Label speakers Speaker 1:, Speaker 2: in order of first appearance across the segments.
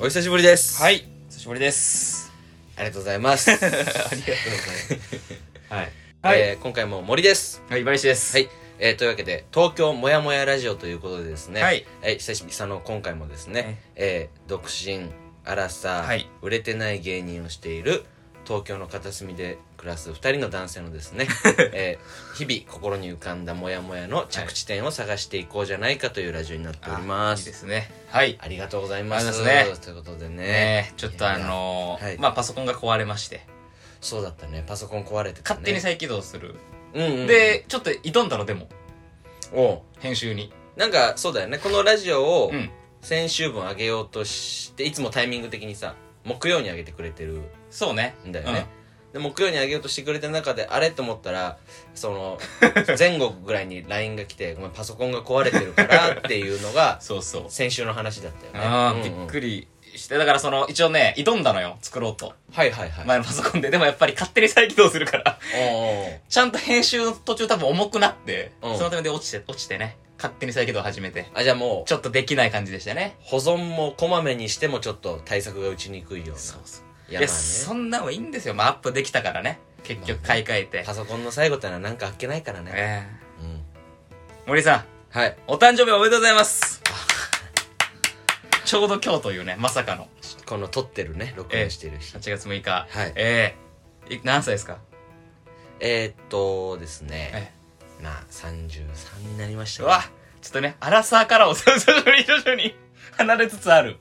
Speaker 1: お久しぶりです
Speaker 2: はい久しぶりです
Speaker 1: ありがとうございます
Speaker 2: ありがとうございます はい
Speaker 1: えー今回も森です
Speaker 2: はい、バリシです。
Speaker 1: はい、えーというわけで東京もやもやラジオということでですね
Speaker 2: はい、
Speaker 1: えー久しぶりその今回もですね、
Speaker 2: はい
Speaker 1: えー独身アラサー、
Speaker 2: はい
Speaker 1: 売れてない芸人をしている東京の片隅で暮らす2人の男性の ですね、えー日々心に浮かんだモヤモヤの着地点を探していこうじゃないかというラジオになっておりま
Speaker 2: いい
Speaker 1: す。
Speaker 2: ですね。はい。
Speaker 1: ありがとうございます
Speaker 2: ありがとうございます
Speaker 1: ということでね
Speaker 2: ねちょっとあの
Speaker 1: いやいやはい
Speaker 2: ー、まあパソコンが壊れまして、
Speaker 1: そうだったねパソコン壊れてた、ね、
Speaker 2: 勝手に再起動する。
Speaker 1: うんうん、
Speaker 2: で、ちょっと挑んだの、でも、
Speaker 1: おう
Speaker 2: 編集に。
Speaker 1: なんかそうだよねこのラジオを
Speaker 2: うん。
Speaker 1: 先週分上げようとしていつもタイミング的にさ木曜に上げてくれてる
Speaker 2: そうね。
Speaker 1: んだよね、で木曜に上げようとしてくれてる中であれと思ったらその 前後ぐらいに LINE が来て「ごめんパソコンが壊れてるから」っていうの
Speaker 2: う
Speaker 1: が
Speaker 2: ん。そうそう。
Speaker 1: 先週の話だったよね
Speaker 2: あ
Speaker 1: うん
Speaker 2: あ、
Speaker 1: う
Speaker 2: び
Speaker 1: ん
Speaker 2: っくりして、だからその、一応ね、挑んだのよ、作ろうと。
Speaker 1: はいはいはい、
Speaker 2: 前のパソコンで。でもやっぱり勝手に再起動するから、
Speaker 1: おうおう
Speaker 2: ちゃんと編集の途中多分重くなって、
Speaker 1: うん
Speaker 2: そのためで落ちて、落ちてね、勝手に再起動始めて、
Speaker 1: あじゃあもう
Speaker 2: ちょっとできない感じでしたね。
Speaker 1: 保存もこまめにしてもちょっと対策が打ちにくいような
Speaker 2: そうそう。い
Speaker 1: い
Speaker 2: や、
Speaker 1: やまあ
Speaker 2: そ
Speaker 1: ね
Speaker 2: んなのいいんですよ。まあ、アップできたからね。結局買い替えて。
Speaker 1: パソコンの最後ってのはなんかあっけないからね、
Speaker 2: え
Speaker 1: うん
Speaker 2: え森さん、
Speaker 1: はい
Speaker 2: お誕生日おめでとうございます。ちょうど今日というね、まさかの
Speaker 1: この撮ってるね録音してる日、
Speaker 2: 8月6日。
Speaker 1: はい
Speaker 2: ええい何歳ですか
Speaker 1: えー、っとですね、
Speaker 2: え
Speaker 1: まあ33になりまし
Speaker 2: え
Speaker 1: た
Speaker 2: う
Speaker 1: ね
Speaker 2: わ、ちょっとね、アラサーからお徐々に徐々に離れつつある。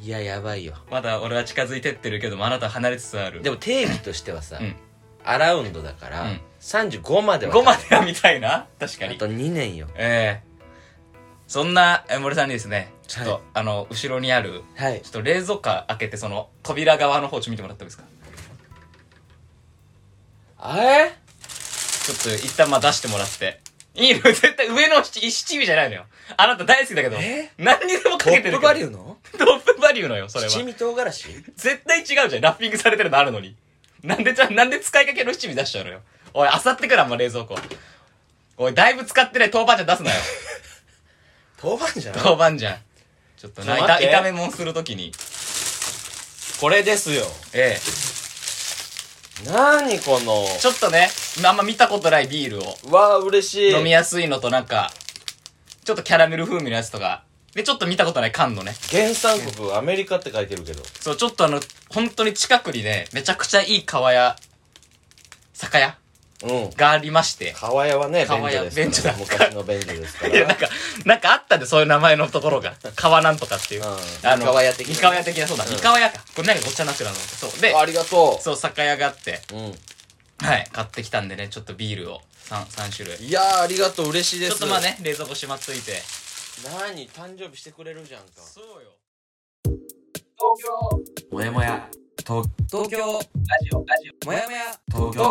Speaker 1: いややばいよ
Speaker 2: まだ俺は近づいてってるけども、あなたは離れつつある。
Speaker 1: で
Speaker 2: も、
Speaker 1: も定義としてはさ、
Speaker 2: うん
Speaker 1: アラウンドだから、
Speaker 2: うん
Speaker 1: 35までは
Speaker 2: 5まではみたいな確か
Speaker 1: あ
Speaker 2: に。
Speaker 1: と2年よ
Speaker 2: ええそんなえ森さんにですね、ちょっと、
Speaker 1: はい
Speaker 2: あの、後ろにある、
Speaker 1: はい
Speaker 2: ちょっと冷蔵庫開けてその扉側の方ちょっと見てもらってもいいですか
Speaker 1: あれ
Speaker 2: ちょっと一旦まあ出してもらっていいの 絶対上の七七味じゃないのよあなた大好きだけど
Speaker 1: え
Speaker 2: 何にでもか
Speaker 1: ト
Speaker 2: けて
Speaker 1: ッ
Speaker 2: るけど
Speaker 1: プバリューの
Speaker 2: トップバリューのよそれは
Speaker 1: 七味唐辛子
Speaker 2: 絶対違うじゃんラッピングされてるのあるのになんでじゃなんで使いかけの七味出しちゃうのよおいあさってからあんま冷蔵庫おいだいぶ使ってない豆板醤出すなよ
Speaker 1: 豆板じゃ ない
Speaker 2: 豆板醤ちょっとな
Speaker 1: ちょっと待って
Speaker 2: 炒め物するときに
Speaker 1: これですよ
Speaker 2: ええ
Speaker 1: なにこの
Speaker 2: ちょっとね今あんま見たことないビールを
Speaker 1: うわあ嬉しい
Speaker 2: 飲みやすいのとなんか、ちょっとキャラメル風味のやつとか、で、ちょっと見たことない缶のね。
Speaker 1: 原産国アメリカって書いてるけど
Speaker 2: そう、ちょっとあの、本当に近くにね、めちゃくちゃいい川屋、酒屋
Speaker 1: うん
Speaker 2: がありまして。
Speaker 1: 川屋はね便
Speaker 2: 川屋
Speaker 1: 所ですから
Speaker 2: 便所だ
Speaker 1: 昔の便所ですか
Speaker 2: いや、なん
Speaker 1: ら
Speaker 2: か、なんかあったんで、そういう名前のとこ ろが。川なんとかってい
Speaker 1: う
Speaker 2: う。
Speaker 1: ん
Speaker 2: あの、
Speaker 1: 三河屋的な
Speaker 2: 三河屋的な、そうだ。
Speaker 1: うん
Speaker 2: 三河屋か。これ何かお茶になってるなと思って。そう。で、
Speaker 1: ありがと
Speaker 2: そう、酒屋があって、
Speaker 1: ううん
Speaker 2: はい、買ってきたんでね、ちょっとビールを3、三種類。ち
Speaker 1: いやーありがとう嬉しいです
Speaker 2: ょっとまあね、冷蔵庫しまっついて。
Speaker 1: 何誕生日してくれるじゃんか
Speaker 2: そうよ。
Speaker 1: もやもや東
Speaker 2: 東京、ラジオ、ラジオ、もやもや、
Speaker 1: 東
Speaker 2: 東京、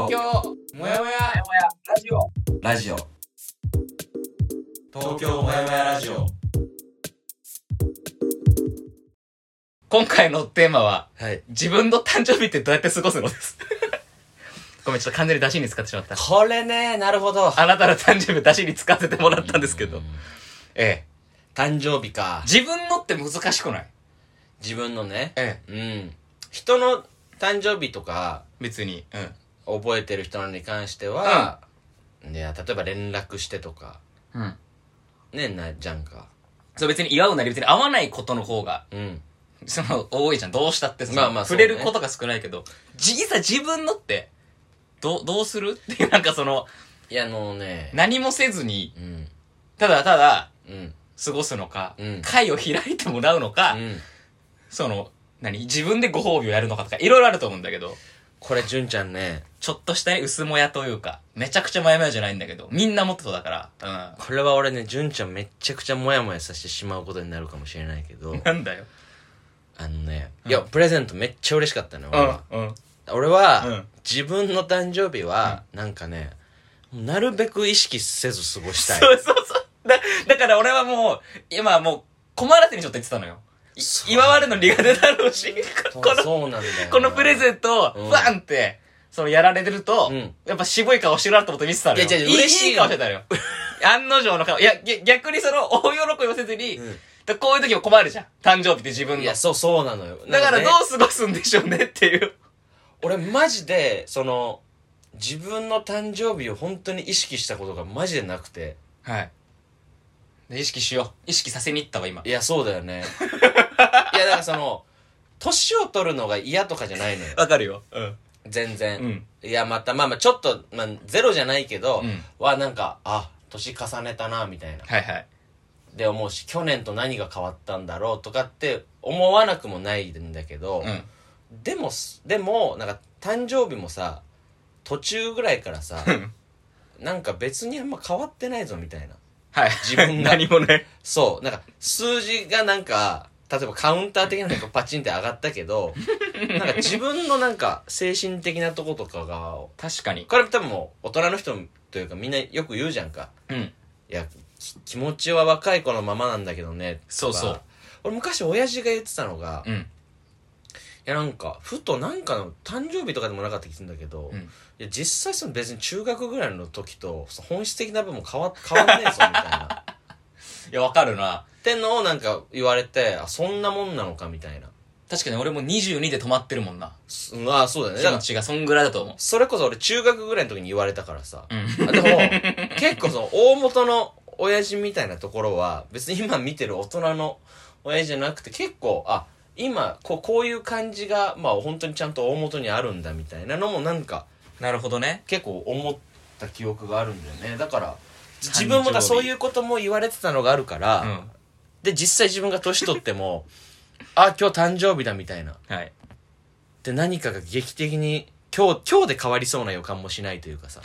Speaker 2: もやもや、ラジオ。
Speaker 1: ラジオ東京もやもやラジオ
Speaker 2: 今回のテーマは、
Speaker 1: はい
Speaker 2: 自分の誕生日ってどうやって過ごすのです。 ごめん、ちょっと完全に出しに使ってしまった。
Speaker 1: これねなるほど
Speaker 2: あなたの誕生日出しに使わせてもらったんですけど。ええ。
Speaker 1: 誕生日か
Speaker 2: 自分のって難しくない
Speaker 1: 自分のね
Speaker 2: ええ。
Speaker 1: うん人の誕生日とか
Speaker 2: 別に。うん。
Speaker 1: 覚えてる人のに関しては、ね例えば連絡してとか
Speaker 2: うん。
Speaker 1: ねなじゃんか
Speaker 2: そう別に祝うなり別に会わないことの方が、
Speaker 1: うん
Speaker 2: その、多いじゃん。どうしたってその
Speaker 1: まあまあそう
Speaker 2: 触
Speaker 1: ね
Speaker 2: れることが少ないけど、じ、いざ自分のって、どう、どうする っていう、なんかその、
Speaker 1: いやあのね
Speaker 2: 何もせずに、
Speaker 1: うん
Speaker 2: ただただ、
Speaker 1: うん
Speaker 2: 過ごすのか、
Speaker 1: うん
Speaker 2: 会を開いてもらうのか、
Speaker 1: うん
Speaker 2: その、何自分でご褒美をやるのかとか、いろいろあると思うんだけど、
Speaker 1: これ純ちゃんね
Speaker 2: ちょっとしたね、薄もやというか、めちゃくちゃ前々じゃないんだけど、みんなもっとだから、
Speaker 1: これは俺ね純ちゃんめっちゃくちゃモヤモヤさせてしまうことになるかもしれないけど
Speaker 2: うん。なんだよ。
Speaker 1: あのね、
Speaker 2: うん
Speaker 1: いやプレゼントめっちゃ嬉しかったね
Speaker 2: う
Speaker 1: 俺は、
Speaker 2: ん、うん。
Speaker 1: 俺は、
Speaker 2: うん
Speaker 1: 自分の誕生日は、なんかねなるべく意識せず過ごしたい
Speaker 2: そうそうそう。だ、だから俺はもう、今もう、困らせにちょっと言ってたのよ。い
Speaker 1: そう
Speaker 2: 祝われるの苦手だろうし、
Speaker 1: そ
Speaker 2: こ
Speaker 1: う
Speaker 2: の、
Speaker 1: そうなんだよな
Speaker 2: このプレゼント
Speaker 1: うん
Speaker 2: を、バンって、そのやられてると、
Speaker 1: うん
Speaker 2: やっぱ渋い顔してるなと思って見てたのよ。
Speaker 1: いや違う嬉しい
Speaker 2: いい顔してたのよ。案の定の顔。いや、げ逆にその、大喜びをせずに、
Speaker 1: うん
Speaker 2: だからこういう時も困るじゃん。誕生日って自分
Speaker 1: い
Speaker 2: の
Speaker 1: や、。そう、そうなのよ。
Speaker 2: だから
Speaker 1: なんね
Speaker 2: どう過ごすんでしょうねっていう。
Speaker 1: 俺マジで、その、自分の誕生日を本当に意識したことがマジでなくて。
Speaker 2: はい。で意識しよう。意識させに行ったわ、今。
Speaker 1: いや、そうだよ ね。いや、だからその、年を取るのが嫌とかじゃないのよ。
Speaker 2: わかるよ。うん。
Speaker 1: 全然。
Speaker 2: うん
Speaker 1: いや、また、まあまあ、ちょっと、まあ、ゼロじゃないけど、
Speaker 2: うん
Speaker 1: は、なんか、あ、年重ねたな、みたいな。
Speaker 2: はいはい。
Speaker 1: で思うし、去年と何が変わったんだろうとかって思わなくもないんだけど、
Speaker 2: うん。
Speaker 1: でもす、でも、なんか、誕生日もさ、途中ぐらいから さ、なんか別にあんま変わってないぞ、みたいな。
Speaker 2: はい。
Speaker 1: 自分が
Speaker 2: 何もね。
Speaker 1: そう、なんか、数字がなんか、例えばカウンター的なのがパチンって上がったけ ど、なんか自分のなんか精神的なとことかが、
Speaker 2: 確かに。
Speaker 1: これ多分もう大人の人というかみんなよく言うじゃんか。
Speaker 2: うん。
Speaker 1: いや、き気持ちは若い子のままなんだけどね。とか
Speaker 2: そうそう。
Speaker 1: 俺昔親父が言ってたのが、い
Speaker 2: うん。
Speaker 1: やなんか、ふとなんかの誕生日とかでもなかった気するんだけど、
Speaker 2: う
Speaker 1: い
Speaker 2: ん
Speaker 1: や実際その別に中学ぐらいの時とその本質的な部分も変わ変わんねえぞみたいな。
Speaker 2: いや、わかるな。
Speaker 1: ってのをなんか言われて、あ、そんなもんなのかみたいな。
Speaker 2: 確かに俺も22で止まってるもんな。
Speaker 1: すああ、そうだよね。
Speaker 2: 気
Speaker 1: だか
Speaker 2: 持
Speaker 1: ら、
Speaker 2: ちがそんぐらいだと思う。
Speaker 1: それこそ俺中学ぐらいの時に言われたからさ。
Speaker 2: うん
Speaker 1: あでも、結構その大元の親父みたいなところは、別に今見てる大人の親父じゃなくて、結構、あ、今、こう、こういう感じが、まあ本当にちゃんと大元にあるんだみたいなのもなんか、
Speaker 2: なるほどね。
Speaker 1: 結構思った記憶があるんだよね。だから、
Speaker 2: 誕生日
Speaker 1: 自分もだそういうことも言われてたのがあるから、
Speaker 2: うん。
Speaker 1: で、実際自分が年取っても、あ、今日誕生日だみたいな。
Speaker 2: はい。
Speaker 1: で何かが劇的に今日今日で変わりそうな予感もしないというかさ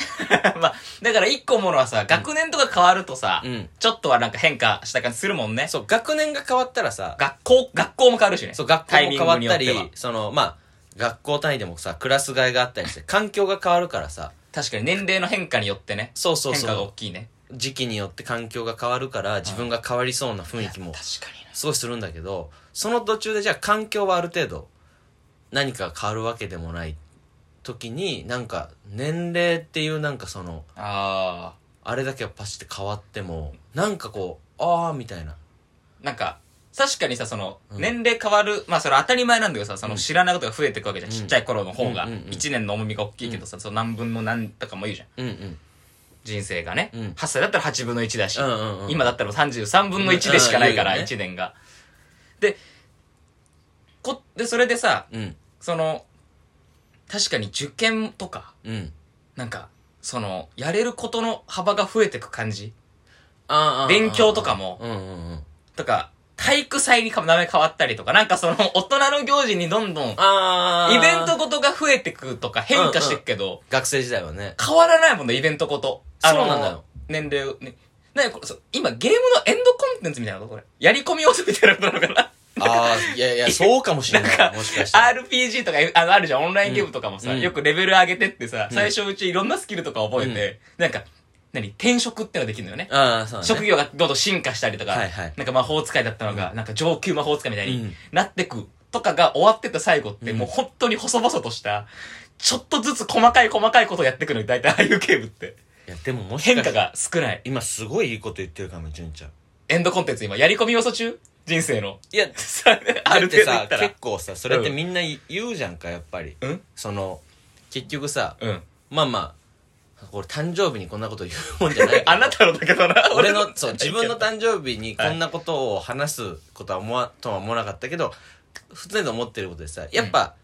Speaker 2: まあ、だから一個ものはさ、学年とか変わるとさ、
Speaker 1: うん
Speaker 2: ちょっとはなんか変化した感じするもんね。
Speaker 1: そう学年が変わったらさ
Speaker 2: 学校、学校も変わるしね。
Speaker 1: そう学校も変わった
Speaker 2: タイミングによ
Speaker 1: り
Speaker 2: ては
Speaker 1: そのまあ学校単位でもさクラス替えがあったりして環境が変わるからさ
Speaker 2: 確かに年齢の変化によってね。
Speaker 1: そうそう
Speaker 2: 変化が大
Speaker 1: そ
Speaker 2: きいね。
Speaker 1: う時期によって環境が変わるから自分が変わりそうな雰囲気も
Speaker 2: 確かにな。
Speaker 1: すごいするんだけどその途中でじゃあ環境はある程度何か変わるわけでもない時になんか年齢っていうなんかその
Speaker 2: あ
Speaker 1: あれだけはパシって変わってもなんかこうああみたいな
Speaker 2: ー。なんか、確かにさ、その、
Speaker 1: うん
Speaker 2: 年齢変わる、まあそれ当たり前なんだけどさ、その知らないことが増えていくわけじゃん。
Speaker 1: うん
Speaker 2: ちっちゃい頃の方が
Speaker 1: うんうんう、ん
Speaker 2: 一年の重みが大きいけどさ、その何分の何とかも言うじゃん。
Speaker 1: うんうん
Speaker 2: 人生がね。
Speaker 1: うん
Speaker 2: 8歳だったら8分の1だし、
Speaker 1: うんうんうん
Speaker 2: 今だったら33分の1でしかないから、
Speaker 1: うんうん
Speaker 2: 1年が。で、こ、で、それでさ、
Speaker 1: うん
Speaker 2: その、確かに受験とか、
Speaker 1: うん
Speaker 2: なんか、その、やれることの幅が増えてく感じ
Speaker 1: あ
Speaker 2: 勉強とかも
Speaker 1: うんうんうん
Speaker 2: とか、体育祭にか名前変わったりとか、なんかその、大人の行事にどんどん、イ
Speaker 1: ああ
Speaker 2: ベントごとが増えてくとか変化してくけど、
Speaker 1: 学生時代はね
Speaker 2: 変わらないもんね、イベントごと。
Speaker 1: そうなんだよ
Speaker 2: あの。年齢をね。なんかこれそう今、ゲームのエンドコンテンツみたいなことこれ。やり込み要素みたいなことなのかな
Speaker 1: ああいやいやそうかもしれない
Speaker 2: なんか
Speaker 1: もしかしたら
Speaker 2: RPG とかあのあるじゃん、オンラインゲームとかもさ、
Speaker 1: うん
Speaker 2: よくレベル上げてってさ、
Speaker 1: うん
Speaker 2: 最初うちいろんなスキルとか覚えて、なんか、何転職ってのができるのよね。
Speaker 1: ああそうだね
Speaker 2: 職業がどんどん進化したりとか、
Speaker 1: はいはい
Speaker 2: なんか魔法使いだったのが、なんか上級魔法使いみたい
Speaker 1: うん
Speaker 2: になってくとかが終わってった最後って、
Speaker 1: うん
Speaker 2: もう本当に細々とした、ちょっとずつ細かい細かいことをやってくのよ、大体ああいうゲームって。
Speaker 1: いやでももしかし
Speaker 2: 変
Speaker 1: た
Speaker 2: 化
Speaker 1: ら
Speaker 2: が少ない。
Speaker 1: 今すごいいいこと言ってるかも純ちゃん
Speaker 2: エンドコンテンツ今、やり込み要素中人生の。
Speaker 1: いや
Speaker 2: ある程度
Speaker 1: だ
Speaker 2: 言
Speaker 1: っ
Speaker 2: って
Speaker 1: さ
Speaker 2: たら
Speaker 1: 結。構さそれってみんな言うじゃんかやっぱり
Speaker 2: うん
Speaker 1: その結局さ
Speaker 2: うん。
Speaker 1: まあまあこれ誕生日にこんなこと言うもんじゃ ないけど
Speaker 2: あなたのだけどな、
Speaker 1: 俺
Speaker 2: の
Speaker 1: の、そう、自分の誕生日にこんなことを話すことは思わ、とは思わなかったけど、普通に思ってることでさ、やっぱ、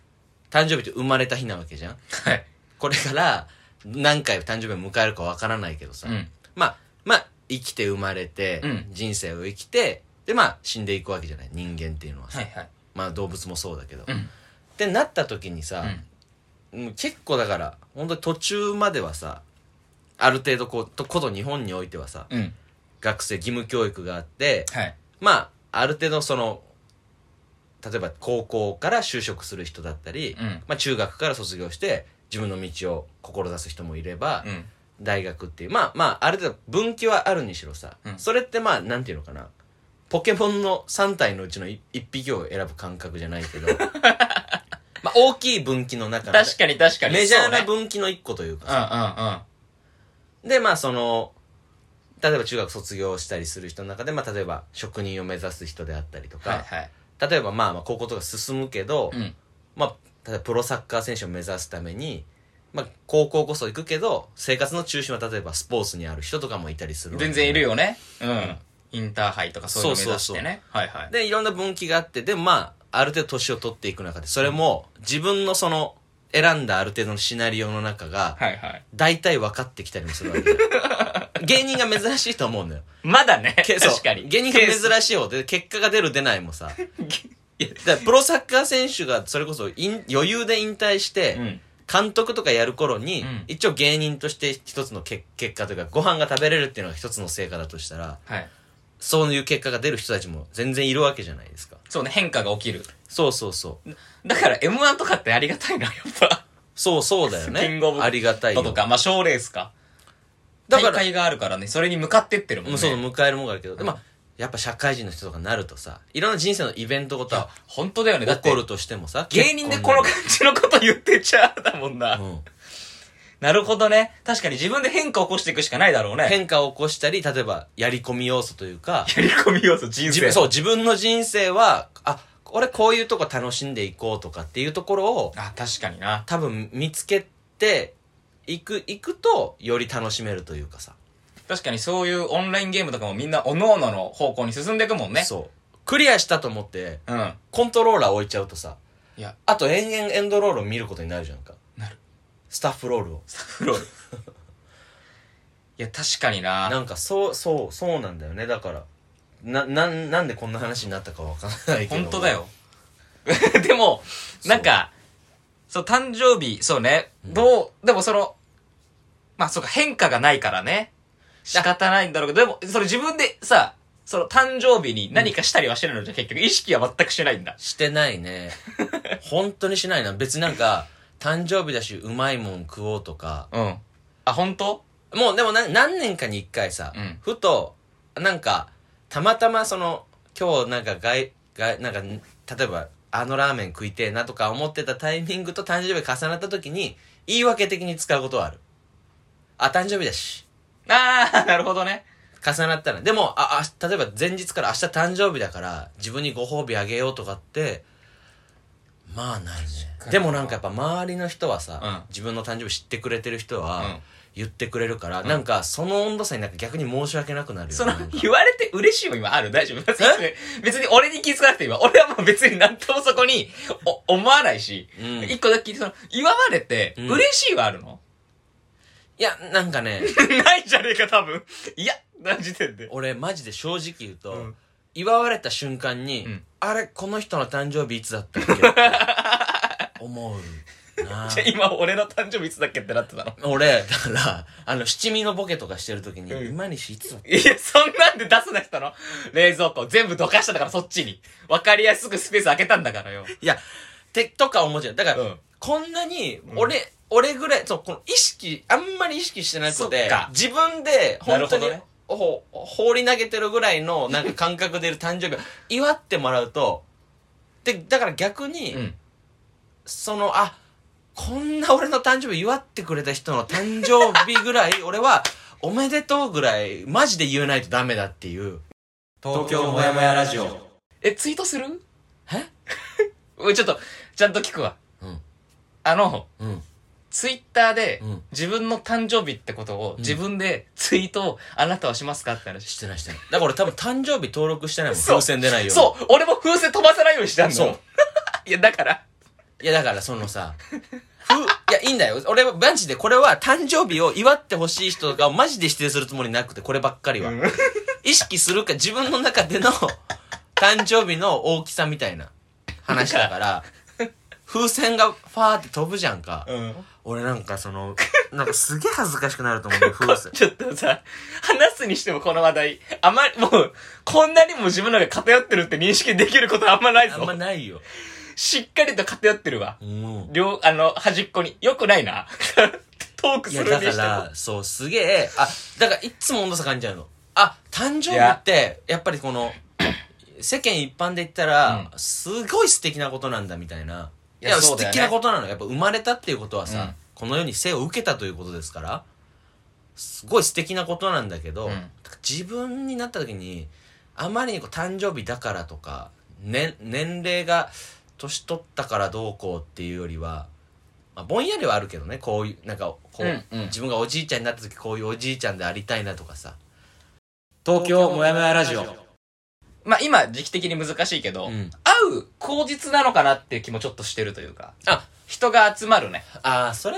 Speaker 1: 誕生日って生まれた日なわけじゃん
Speaker 2: はい。
Speaker 1: これから、何回誕生日を迎えるかわからないけどさ、
Speaker 2: うん。
Speaker 1: まあ、まあ、生きて生まれて、
Speaker 2: うん
Speaker 1: 人生を生きて、で、まあ、死んでいくわけじゃない人間っていうのはさ、
Speaker 2: はいはい。
Speaker 1: まあ、動物もそうだけど。
Speaker 2: うん。
Speaker 1: ってなった時にさ、
Speaker 2: うん
Speaker 1: うん結構だから、本当に途中まではさ、ある程度こう、とこと日本においてはさ、
Speaker 2: うん。
Speaker 1: 学生義務教育があって、
Speaker 2: はい。
Speaker 1: まあ、ある程度その、例えば高校から就職する人だったり、
Speaker 2: うん
Speaker 1: まあ中学から卒業して自分の道を志す人もいれば、
Speaker 2: うん。
Speaker 1: 大学っていう、まあまあ、ある程度分岐はあるにしろさ、
Speaker 2: うん
Speaker 1: それってまあ、なんていうのかな、ポケモンの3体のうちの1匹を選ぶ感覚じゃないけ ど、まあ大きい分岐の中の
Speaker 2: 確かに確かに。
Speaker 1: メジャーな
Speaker 2: そうね
Speaker 1: 分岐の1個というか
Speaker 2: うんうんうん。
Speaker 1: で、まあその、例えば中学卒業したりする人の中で、まあ、例えば職人を目指す人であったりとか、
Speaker 2: はいはい。
Speaker 1: 例えばまあまあ高校とか進むけど、
Speaker 2: うん。
Speaker 1: まあ、例えばプロサッカー選手を目指すために、まあ、高校こそ行くけど生活の中心は例えばスポーツにある人とかもいたりする
Speaker 2: 全然いる
Speaker 1: よ
Speaker 2: よね。うん。インターハイとかそういうの目指してね。はいはい。
Speaker 1: でいろんな分岐があってでもまあある程度年を取っていく中でそれも自分のその選んだある程度のシナリオの中が
Speaker 2: はいはい。
Speaker 1: 大体分かってきたりもするわけじゃ ん芸人が珍しいと思うのよ
Speaker 2: まだね。
Speaker 1: けそう
Speaker 2: 確かに。
Speaker 1: 芸人が珍しい方で結果が出る出ないも さいやだからプロサッカー選手がそれこそいん余裕で引退して、
Speaker 2: うん。
Speaker 1: 監督とかやる頃に、
Speaker 2: うん
Speaker 1: 一応芸人として一つのけ結果というかご飯が食べれるっていうのが一つの成果だとしたら
Speaker 2: はい。
Speaker 1: そういう結果が出る人たちも全然いるわけじゃないですか
Speaker 2: そうね、変化が起きる。
Speaker 1: そうそうそう
Speaker 2: だから M1 とかってありがたいな、やっぱ。
Speaker 1: そうそうだよね
Speaker 2: キングオブ
Speaker 1: ありがたいよ
Speaker 2: とか、まあ、賞レースか。
Speaker 1: だ
Speaker 2: 大
Speaker 1: から
Speaker 2: 会があるからね、それに向かってってるもん
Speaker 1: もう
Speaker 2: ね。
Speaker 1: そう
Speaker 2: い
Speaker 1: 迎えるもんがあるけど、でまあやっぱ社会人の人とかになるとさいろんな人生のイベントごと
Speaker 2: や、本当だよね。だ
Speaker 1: 起
Speaker 2: って
Speaker 1: こ、るとしてもさ
Speaker 2: 芸人でこの感
Speaker 1: 結
Speaker 2: じのこと言ってちゃうだもんな。
Speaker 1: 婚になる
Speaker 2: なるほどね。確かに自分で変化を起こしていくしかないだろう
Speaker 1: うん
Speaker 2: ね。
Speaker 1: 変化を起こしたり例えばやり込み要素というか
Speaker 2: やり込み要素、人
Speaker 1: 自
Speaker 2: 生。
Speaker 1: 分そう自分の人生はあ俺こういうとこ楽しんでいこうとかっていうところを
Speaker 2: あ、確かにな。
Speaker 1: 多分見つけていくいくとより楽しめるというかさ、
Speaker 2: 確かにそういうオンラインゲームとかもみんなおのおのの方向に進んでいくもんね。
Speaker 1: そうクリアしたと思って
Speaker 2: う。うん。
Speaker 1: コントローラー置いちゃうとさ
Speaker 2: いや、
Speaker 1: あと延々エンドロールを見ることになるじゃんか
Speaker 2: なる
Speaker 1: スタッフロールを
Speaker 2: フロール。いや、確か にな。
Speaker 1: なんかそうそうそうなんだよねだからななんなんでこんな話になったかわからないけど
Speaker 2: 本当だよ。 でも、なんか、そう、誕生日、そうね、どう、でもその、まあそうか、変化がないからね。仕方ないんだろうけど、でも、それ自分でさ、その誕生日に何かしたりはしてるのじゃ、結局、意識は全くしないんだ。
Speaker 1: してないね本当にしないな別になんか誕生日だしうまいもん食おうとか
Speaker 2: うん。あ、本当
Speaker 1: もうでもな何年かに一回さ、
Speaker 2: うん
Speaker 1: ふとなんかたまたまその今日なんか外外なんか例えばあのラーメン食いてえなとか思ってたタイミングと誕生日重なった時に言い訳的に使うことはあるあ誕生日だし
Speaker 2: あ あ、なるほどね。
Speaker 1: 重なったらでもああ例えば前日から明日誕生日だから自分にご褒美あげようとかってまあないね
Speaker 2: かに
Speaker 1: でもなんかやっぱ周りの人はさ、
Speaker 2: うん
Speaker 1: 自分の誕生日知ってくれてる人
Speaker 2: うん
Speaker 1: は言ってくれるから、なんかその温度差になんか逆に申し訳なくなるよ
Speaker 2: その
Speaker 1: なん、か
Speaker 2: 言われて嬉しいも今ある大丈夫別に、別に俺に気づかなくていいわ。俺はもう別になんともそこに、お、思わないし。
Speaker 1: うん
Speaker 2: 一個だけ聞いて、その、言われて、
Speaker 1: うん
Speaker 2: 嬉しいはあるの、
Speaker 1: いやなんかね
Speaker 2: ないじゃねえか、多分。いや、な時点で。
Speaker 1: 俺マジで正直言うと、
Speaker 2: うん
Speaker 1: 祝われた瞬間に、
Speaker 2: うん
Speaker 1: あれこの人の誕生日いつだったっけって思う な
Speaker 2: じゃあ今、俺の誕生日いつだっけってなってたの。
Speaker 1: 俺、だから、あの、七味のボケとかしてるときに、
Speaker 2: うん
Speaker 1: 今西いつだっけ
Speaker 2: いや、そんなんで出すなったの。冷蔵庫全部どかしたんだから、そっちに。わかりやすくスペース開けたんだからよ。
Speaker 1: いや、て、とか思っちゃう。だから、
Speaker 2: うん
Speaker 1: こんなに
Speaker 2: う、ん
Speaker 1: 俺、俺ぐらい、そう、この意識、あんまり意識してなく
Speaker 2: そってか、
Speaker 1: 自分で、本当
Speaker 2: な
Speaker 1: に、
Speaker 2: る
Speaker 1: ほ放り投げてるぐらいの、なんか感覚でいる誕生日を祝ってもらうと、で、だから逆に、
Speaker 2: うん。
Speaker 1: その、あ、こんな俺の誕生日祝ってくれた人の誕生日ぐら い、俺は、おめでとうぐらい、マジで言えないとダメだっていう。東京もやもやラジオ。
Speaker 2: え、ツイートする
Speaker 1: え
Speaker 2: うんちょっと、ちゃんと聞くわ。
Speaker 1: うん。
Speaker 2: あの、
Speaker 1: うん。
Speaker 2: ツイッターで
Speaker 1: うん
Speaker 2: 自分の誕生日ってことを
Speaker 1: ん
Speaker 2: 自分でツイートをあなたはしますかって話。
Speaker 1: してないしてない。だから俺多分誕生日登録してないもん。
Speaker 2: そう
Speaker 1: 風船出ないように。
Speaker 2: そう俺も風船飛ばさないように したんだ
Speaker 1: そ
Speaker 2: よ。いや、だから。
Speaker 1: う。いやだからそのさ、ふ、いやいいんだよ。俺はマジでこれは誕生日を祝ってほしい人とかをマジで否定するつもりなくて、こればっかりは。意識するか自分の中での誕生日の大きさみたいな話だから、風船がファーって飛ぶじゃんか。
Speaker 2: うん。
Speaker 1: 俺なんかその、なんかすげえ恥ずかしくなると思うんだよ、風 船。
Speaker 2: ちょっとさ、話すにしてもこの話題、あまり、もう、こんなにも自分の中で偏ってるって認識できることあんまない
Speaker 1: あんま
Speaker 2: ぞ。
Speaker 1: ないよ。
Speaker 2: しっかりと偏ってるわ。
Speaker 1: うん。
Speaker 2: 両、あの、端っこに。よくない な。トーク
Speaker 1: い
Speaker 2: す
Speaker 1: や、
Speaker 2: るに
Speaker 1: だ
Speaker 2: し
Speaker 1: か
Speaker 2: ても。
Speaker 1: ら、そう、すげえ、あ、だから、いつも温度差感じちゃうの。あ、誕生日って、やっぱりこの、世間一般で言ったら、すごい素敵なことなんだみたいな。い
Speaker 2: い
Speaker 1: や、
Speaker 2: やそ
Speaker 1: 素
Speaker 2: うだよね
Speaker 1: 敵なことなの。やっぱ生まれたっていうことはさ、
Speaker 2: うん
Speaker 1: この世に生を受けたということですから、すごい素敵なことなんだけど、
Speaker 2: うん
Speaker 1: 自分になった時にあまりにこう誕生日だからとか、ね、年齢が年取ったからどうこうっていうよりは、まあ、ぼんやりはあるけどねこういうなんかこう、
Speaker 2: うんうん
Speaker 1: 自分がおじいちゃんになった時こういうおじいちゃんでありたいなとかさ。
Speaker 2: 東京もやもやラジオ。まあ今、時期的に難しいけど、
Speaker 1: うん
Speaker 2: 会う口実なのかなっていう気もちょっとしてるというか、
Speaker 1: あ
Speaker 2: 人が集まるね。
Speaker 1: あーそれ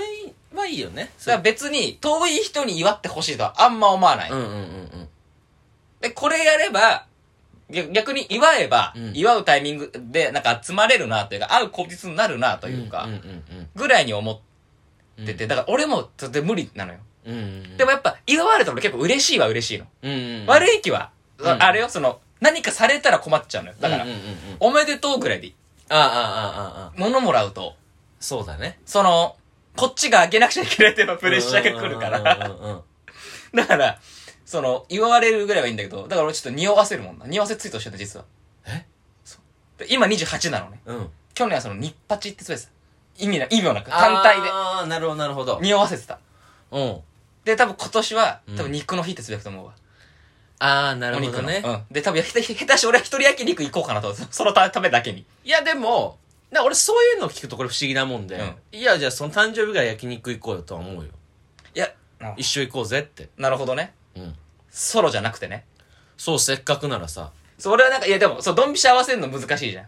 Speaker 1: はいいよね。
Speaker 2: だから別に遠い人に祝ってほしいとはあんま思わない。
Speaker 1: うんうんうん
Speaker 2: で、これやれば、逆逆に祝えば、
Speaker 1: うん
Speaker 2: 祝うタイミングでなんか集まれるなというか、会う口実になるなと
Speaker 1: うん。
Speaker 2: いうか、
Speaker 1: うんうんうん
Speaker 2: ぐらいに思
Speaker 1: うん。
Speaker 2: ってて、だから俺もとても無理なのよ。
Speaker 1: うんうん、
Speaker 2: でもやっぱ祝われたら俺結構嬉しいは嬉しいの。
Speaker 1: うんうんうん、
Speaker 2: 悪い気は、
Speaker 1: うん
Speaker 2: あれよ、その、何かされたら困っちゃうのよ。だから、
Speaker 1: うんうんうんうん
Speaker 2: おめでとうぐらいでいい。
Speaker 1: あああああああ
Speaker 2: 物もらうと、
Speaker 1: そうだね
Speaker 2: その、こっちが開けなくちゃいけないっていうのプレッシャーが来るから。
Speaker 1: うんうんうんうん
Speaker 2: だから、その、祝われるぐらいはいいんだけど、だから俺ちょっと匂わせるもんな。匂わせツイートしてた、実は。
Speaker 1: え
Speaker 2: そうで今28なのね。
Speaker 1: うん
Speaker 2: 去年はその、ニッパチってつぶやいてた。意味な、意味もなく、単体で
Speaker 1: ああなるほどなるほど
Speaker 2: 匂わせてた。
Speaker 1: うん
Speaker 2: で、多分今年は
Speaker 1: うん、
Speaker 2: 多分肉の日ってつぶやくと思うわ。
Speaker 1: ああなるほど
Speaker 2: お
Speaker 1: ね
Speaker 2: 肉のうん。で、多分、下手下手し俺は一人焼肉行こうかなと。そのためだけに。
Speaker 1: いやでもな俺そういうの聞くとこれ不思議なもんで、
Speaker 2: う
Speaker 1: いやじゃあその誕生日から焼肉行こうよとは思うよ
Speaker 2: いや、な
Speaker 1: 一緒行こうぜって
Speaker 2: なるほどね。
Speaker 1: うん
Speaker 2: ソロじゃなくてね。
Speaker 1: そうせっかくならさ
Speaker 2: それはなんか、いやでも、そう、ドンピシャ合わせるの難しいじゃん。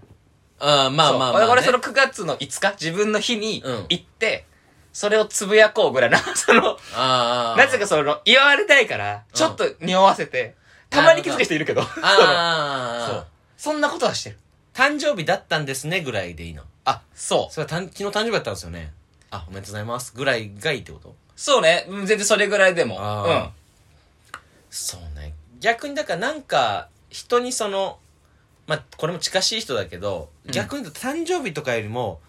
Speaker 1: ああまあまあまあ、ね、
Speaker 2: そう俺、俺その9月の5日、自分の日に
Speaker 1: うん
Speaker 2: 行って、それをつぶやこうぐらいな、その、
Speaker 1: ああ
Speaker 2: なぜかその、祝われたいから、ちょっと匂わせて、たまに気づく人いるけど、その
Speaker 1: ああ
Speaker 2: そう。そんなことはしてる。
Speaker 1: 誕生日だったんですねぐらいでいいの
Speaker 2: あ、そう。
Speaker 1: それはたん昨日誕生日だったんですよねあおめでとうございますぐらいがいいってこと
Speaker 2: そうね。うん全然それぐらいでも。
Speaker 1: あそうね逆にだからなんか人にそのまあこれも近しい人だけど、
Speaker 2: うん
Speaker 1: 逆に言うと誕生日とかよりも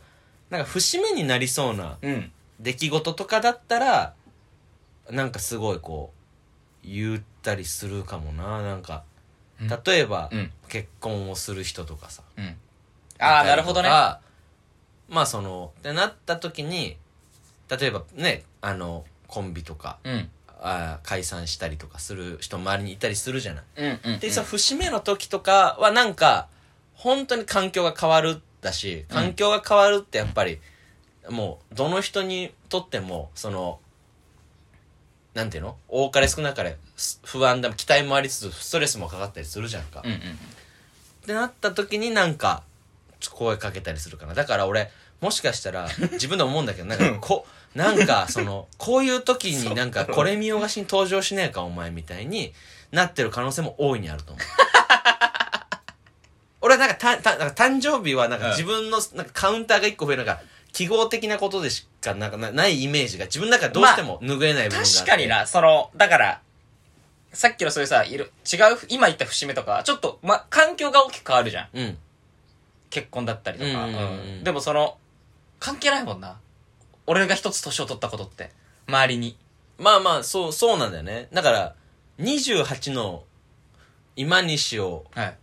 Speaker 1: なんか節目になりそうな
Speaker 2: うん。うん。
Speaker 1: 出来事とかだったらなんかすごいこう言ったりするかもななんか
Speaker 2: うん
Speaker 1: 例えば、
Speaker 2: うん
Speaker 1: 結婚をする人とかさ
Speaker 2: うん。ああ、なるほどね。
Speaker 1: まあそのってなった時に例えばねあのコンビとか
Speaker 2: うん。
Speaker 1: あー解散したりとかする人周りにいたりするじゃない
Speaker 2: うん。うん。
Speaker 1: でその節目の時とかはなんか本当に環境が変わるだし環境が変わるってやっぱりもうどの人にとってもそのなんていうの多かれ少なかれす不安だ期待もありつつストレスもかかったりするじゃんか、
Speaker 2: うん。うん。
Speaker 1: ってなった時になんかちょ声かけたりするかなだから俺もしかしたら自分でも思うんだけどなんかこなんかそのこういう時になんかこれ見よがしに登場しねえかお前みたいになってる可能性も大いにあると思う 俺はなんかたたなんか誕生日はなんか
Speaker 2: うん
Speaker 1: 自分のなんかカウンターが一個増えるなんか記号的なことでしかなんかなないイメージが自分の中でどうしても拭えない部分があって、
Speaker 2: 確かにな、その、だから、さっきのそういうさ、いる違う、今言った節目とか、ちょっと、ま、環境が大きく変わるじゃん。
Speaker 1: うん
Speaker 2: 結婚だったりとか。
Speaker 1: うんうんうん
Speaker 2: うんでもその、関係ないもんな。俺が一つ年を取ったことって、周りに。
Speaker 1: まあまあ、そう、そうなんだよね。だから、28の今西を、
Speaker 2: はい。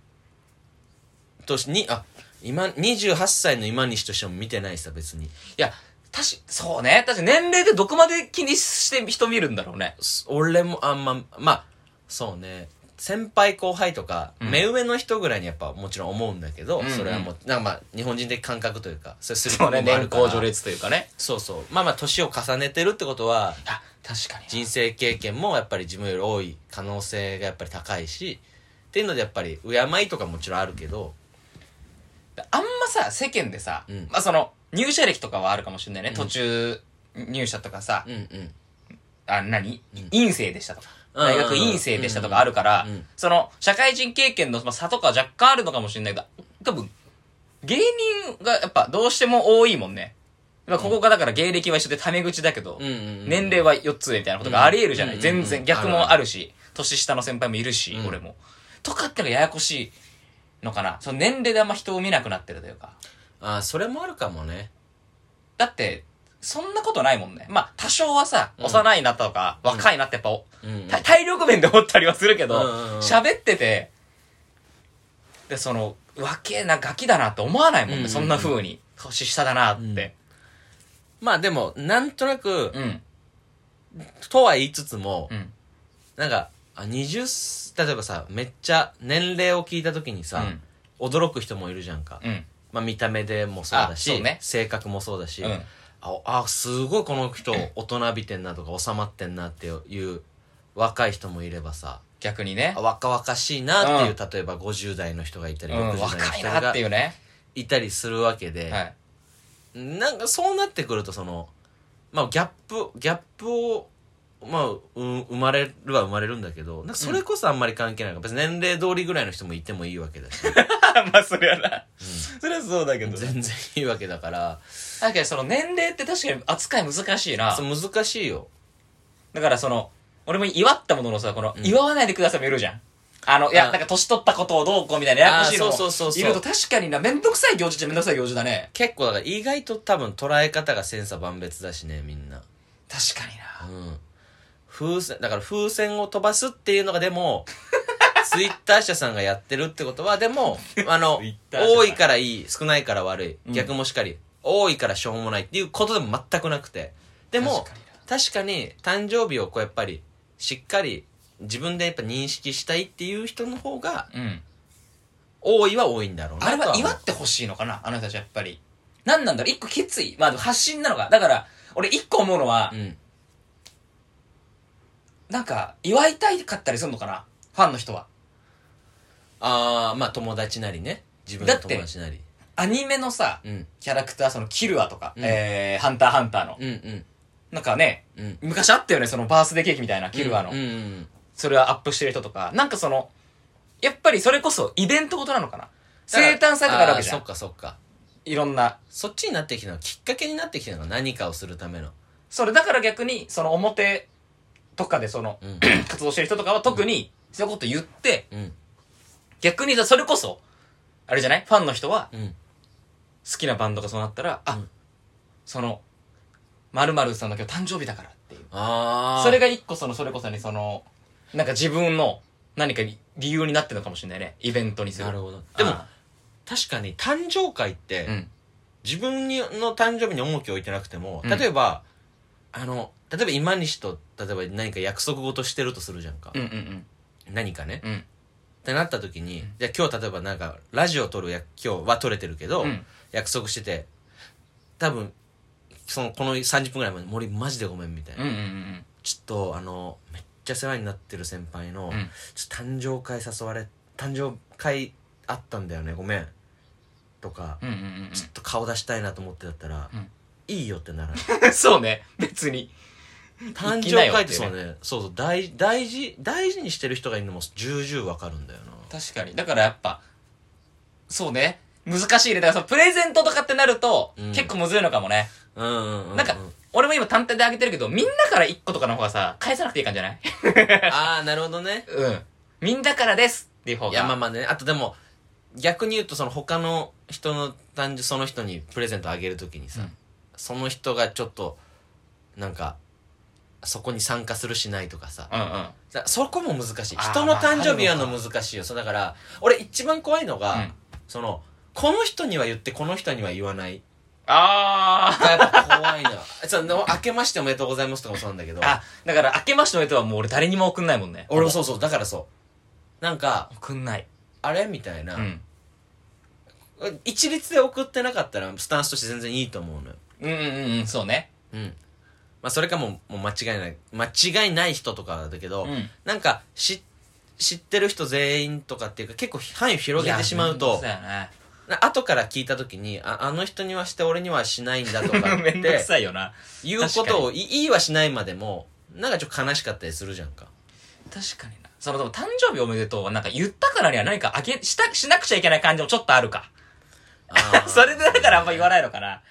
Speaker 1: とし、に、あ、今、28歳の今西としても見てないさ、別に。
Speaker 2: いや、確か、そうね。確か年齢でどこまで気にして人見るんだろうね。
Speaker 1: す俺もあんま、まあ、そうね。先輩後輩とか、
Speaker 2: うん
Speaker 1: 目上の人ぐらいにやっぱもちろん思うんだけど、
Speaker 2: うんうん
Speaker 1: それはもう、なんかまあ、日本人的感覚というか、それする
Speaker 2: そうね、
Speaker 1: もあ
Speaker 2: 年
Speaker 1: るから
Speaker 2: 功序列というかね。
Speaker 1: そうそう。まあまあ、年を重ねてるってことは、
Speaker 2: あ、確かに。
Speaker 1: 人生経験もやっぱり自分より多い可能性がやっぱり高いしっていうのでやっぱり敬いとかもちろんあるけど
Speaker 2: あんまさ、世間でさ、
Speaker 1: うん
Speaker 2: まあ、その、入社歴とかはあるかもしれないね。
Speaker 1: ん
Speaker 2: 途中入社とかさ、
Speaker 1: うんうん
Speaker 2: あ、何、
Speaker 1: うん
Speaker 2: 院生でしたとか。
Speaker 1: うん
Speaker 2: 大学院生でしたとかあるから、
Speaker 1: うん
Speaker 2: その、社会人経験のまあ差とか若干あるのかもしれないけど、多分、芸人がやっぱどうしても多いもんね。まあ、ここがだから芸歴は一緒でタメ口だけど、
Speaker 1: うんうん
Speaker 2: 年齢は4つ上みたいなことがあり得るじゃない、
Speaker 1: うん
Speaker 2: 全
Speaker 1: う
Speaker 2: 然
Speaker 1: ん
Speaker 2: 逆
Speaker 1: あるあ
Speaker 2: も
Speaker 1: る
Speaker 2: あるし、年下の先輩もいるし、
Speaker 1: うん
Speaker 2: 俺も。とかってのがややこしいのかな。その年齢であんま人を見なくなってるというか。
Speaker 1: ああそれもあるかもね
Speaker 2: だって、そんなことないもんね。まあ、多少はさ、
Speaker 1: うん
Speaker 2: 幼いなとか、
Speaker 1: ん
Speaker 2: 若いなってやっぱ、
Speaker 1: うんうん
Speaker 2: た体力面で思ったりはするけど
Speaker 1: うんうんうん、
Speaker 2: 喋、ってて、で、その、若えなガキだなって思わないもんね、
Speaker 1: うんうんうん
Speaker 2: そんな風に。年下だなって。
Speaker 1: まあでもなんとなく
Speaker 2: うん。
Speaker 1: とは言いつつも、
Speaker 2: うん。
Speaker 1: なんか、あ20、例えばさ、めっちゃ年齢を聞いた時にさ、驚く人もいるじゃんか。
Speaker 2: うん。
Speaker 1: まあ見た目でもそうだ
Speaker 2: あ
Speaker 1: し、
Speaker 2: そうね
Speaker 1: 性格もそうだし、
Speaker 2: うん
Speaker 1: あ、あすごいこの人大人びてんなとか収まってんなっていう若い人もいればさ、
Speaker 2: 逆にね
Speaker 1: あ。若々しいなっていう、
Speaker 2: う
Speaker 1: 例えば50代の人がいた
Speaker 2: う
Speaker 1: り、60
Speaker 2: ん、
Speaker 1: 代の
Speaker 2: 若い
Speaker 1: 人
Speaker 2: なっ
Speaker 1: が
Speaker 2: ていうね。
Speaker 1: いたりするわけで、
Speaker 2: はい。
Speaker 1: なんかそうなってくるとその、まあ、ギャップギャップを、まあ、う生まれるは生まれるんだけどなんかそれこそあんまり関係ないから、別に年齢通りぐらいの人もいてもいいわけだ し
Speaker 2: まあ、そりゃな。そりゃそうだけど。
Speaker 1: 全然いいわけだから
Speaker 2: だけど、その年齢って確かに扱い難しいな。
Speaker 1: そう難しいよ
Speaker 2: だから、その、俺も祝ったもののさ、この、
Speaker 1: ん
Speaker 2: 祝わないでくださいもいるじゃん。あの、い
Speaker 1: あ
Speaker 2: や、なんか年取ったことをどうこうみたいなややこしいのも
Speaker 1: あーそうそうそうそう
Speaker 2: いると確かにな、めんどくさい行事っちゃめんどくさい行事だね。
Speaker 1: 結構だから意外と多分捉え方が千差万別だしねみんな
Speaker 2: 確かにな。
Speaker 1: うん風船だから風船を飛ばすっていうのがで もツイッター社さんがやってるってことはで もあの
Speaker 2: Twitter 社さん
Speaker 1: 多いからいい少ないから悪
Speaker 2: う
Speaker 1: い
Speaker 2: ん
Speaker 1: 逆もしかり、多いからしょうもないっていうことでも全くなくてでも
Speaker 2: 確かにな
Speaker 1: 確かに誕生日をこうやっぱりしっかり自分でやっぱ認識したいっていう人の方が
Speaker 2: うん。
Speaker 1: 多いは多いんだろうな
Speaker 2: あれ
Speaker 1: と
Speaker 2: は
Speaker 1: 思う
Speaker 2: 祝ってほしいのかなあの人たちやっぱり。なんなんだろう一個決意。まあ、でも発信なのか。だから、俺一個思うのは、
Speaker 1: うん
Speaker 2: なんか、祝いたいかったりするのかなファンの人は。
Speaker 1: ああまあ友達なりね自分の友達なり
Speaker 2: アニメのさ、
Speaker 1: うん
Speaker 2: キャラクター、その、キルアとか、
Speaker 1: うん
Speaker 2: えー、ハンターハンターの。
Speaker 1: うんうん
Speaker 2: なんかね、
Speaker 1: うん
Speaker 2: 昔あったよね、そのバースデーケーキみたいな、キルアの。
Speaker 1: うんうんうん
Speaker 2: それはアップしてる人とか。なんかその、やっぱりそれこそイベントごとなのかな生誕祭とかあるわけじゃ
Speaker 1: あー
Speaker 2: ん
Speaker 1: そっ。かそっか
Speaker 2: いろんな。
Speaker 1: そっちになってきたのきっかけになってきたのが何かをするための、
Speaker 2: それだから逆に、その表とかでその、
Speaker 1: うん
Speaker 2: 活動してる人とかは特に、そういうこと言って、
Speaker 1: うん
Speaker 2: 逆にそれこそ、あれじゃないファンの人は、
Speaker 1: うん、
Speaker 2: 好きなバンドがそうなったら、
Speaker 1: う
Speaker 2: あ
Speaker 1: ん、
Speaker 2: その、〇〇さんの今日誕生日だからっていう。
Speaker 1: ああ
Speaker 2: それが一個その、それこそね、その、なんか自分の何か理理由になってるのかもしれないね。イベントにする。
Speaker 1: なるほどでも
Speaker 2: あ
Speaker 1: 確かに誕生会って、
Speaker 2: ー、うん。
Speaker 1: 自分にの誕生日に重きを置いてなくても
Speaker 2: うん
Speaker 1: 例えば、あの例えば今西と例えば何か約束事してるとするじゃんか、
Speaker 2: うんうんうん。
Speaker 1: 何かね、
Speaker 2: うん。
Speaker 1: ってなった時に、じゃあ今日例えばなんかラジオ撮るや今日は撮れてるけど、
Speaker 2: うん
Speaker 1: 約束してて多分そのこの30分ぐらい前に「森マジでごめん」みたいな、
Speaker 2: うんうんうん
Speaker 1: ちょっとあのめっちゃ世話になってる先輩の、
Speaker 2: うん
Speaker 1: ちょっと誕生会誘われ誕生会あったんだよねごめんとか、
Speaker 2: うんうん
Speaker 1: ちょっと顔出したいなと思ってだったら、
Speaker 2: うん
Speaker 1: いいよって ならない
Speaker 2: うんうんそうね別に
Speaker 1: 誕
Speaker 2: きな
Speaker 1: 生
Speaker 2: よっ
Speaker 1: 会ってて
Speaker 2: ね
Speaker 1: そうねそうそう大大事大事にしてる人がいるのも重々わかるんだよな
Speaker 2: 確かにだからやっぱそうね難しいねだからそのプレゼントとかってなると、
Speaker 1: うん
Speaker 2: 結構むずいのかもね
Speaker 1: うんうんうん、うん、
Speaker 2: なんか、俺も今単体であげてるけどみんなから1個とかの方がさ返さなくていい感じじゃない
Speaker 1: ああなるほどね
Speaker 2: うんみんなからですっていう方が
Speaker 1: いやまあまあねあとでも逆に言うとその他の人の誕生その人にプレゼントあげるときにさ、
Speaker 2: うん
Speaker 1: その人がちょっとなんかそこに参加するしないとかさだそこも難しい
Speaker 2: あー
Speaker 1: 人の誕生日やるの
Speaker 2: まあ
Speaker 1: 難しいよそうだから俺一番怖いのが、
Speaker 2: うん
Speaker 1: そのこの人には言ってこの人には言わない
Speaker 2: あ
Speaker 1: がやっぱ怖いな その明けましておめでとうございますとかもそうなんだけど
Speaker 2: ーあだから明けましておめでとうはもう俺誰にも送んないもんね
Speaker 1: 俺もそうそうだからそうなんか
Speaker 2: 送んない
Speaker 1: あれみたいな、
Speaker 2: うん
Speaker 1: 一律で送ってなかったらスタンスとして全然いいと思うのよ
Speaker 2: うんうんうんうんそうね
Speaker 1: うんまあそれかもうもう間違いない間違いない人とかだけど、
Speaker 2: うん
Speaker 1: なんかし知ってる人全員とかっていうか結構範囲を広げてしまうと
Speaker 2: いや
Speaker 1: な後から聞いた時にああの人にはして俺にはしないんだと
Speaker 2: めんどく
Speaker 1: か
Speaker 2: さ
Speaker 1: っ
Speaker 2: いな めんどく
Speaker 1: て
Speaker 2: さいよな
Speaker 1: いうことをいいいはしないまでもなんかちょっと悲しかったりするじゃんか
Speaker 2: 確かにな。その、でも誕生日おめでとうは、なんか言ったからには何かあげ、した、しなくちゃいけない感じもちょっとあるか。
Speaker 1: あー
Speaker 2: それでだからあんま言わないのかな。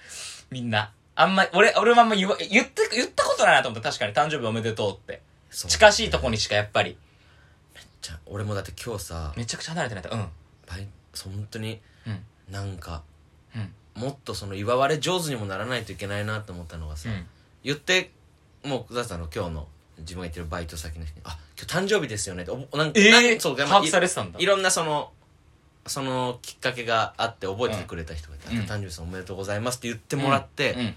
Speaker 2: みんな。あんま、俺、俺もあんま言わ、言って、言ったことないなと思った。確かに誕生日おめでとうって。
Speaker 1: そう
Speaker 2: 近しいとこにしかやっぱり。
Speaker 1: じゃあ俺もだって今日さ
Speaker 2: めちゃくちゃ離れてないと。うん。
Speaker 1: バイそう本当に
Speaker 2: うん。
Speaker 1: なんか
Speaker 2: うん。
Speaker 1: もっとその祝われ上手にもならないといけないなと思ったのがさ、
Speaker 2: うん。
Speaker 1: 言ってもうだってあの今日の自分が行ってるバイト先の人に「あ今日誕生日ですよね」っておなんか
Speaker 2: え
Speaker 1: なん
Speaker 2: え
Speaker 1: かそう
Speaker 2: 把
Speaker 1: まあ
Speaker 2: 握されてたんだ。
Speaker 1: いろんなそのそのきっかけがあって覚えててくれた人がいて「
Speaker 2: うん
Speaker 1: あ誕生日さんおめでとうございます」って言ってもらって、
Speaker 2: うん。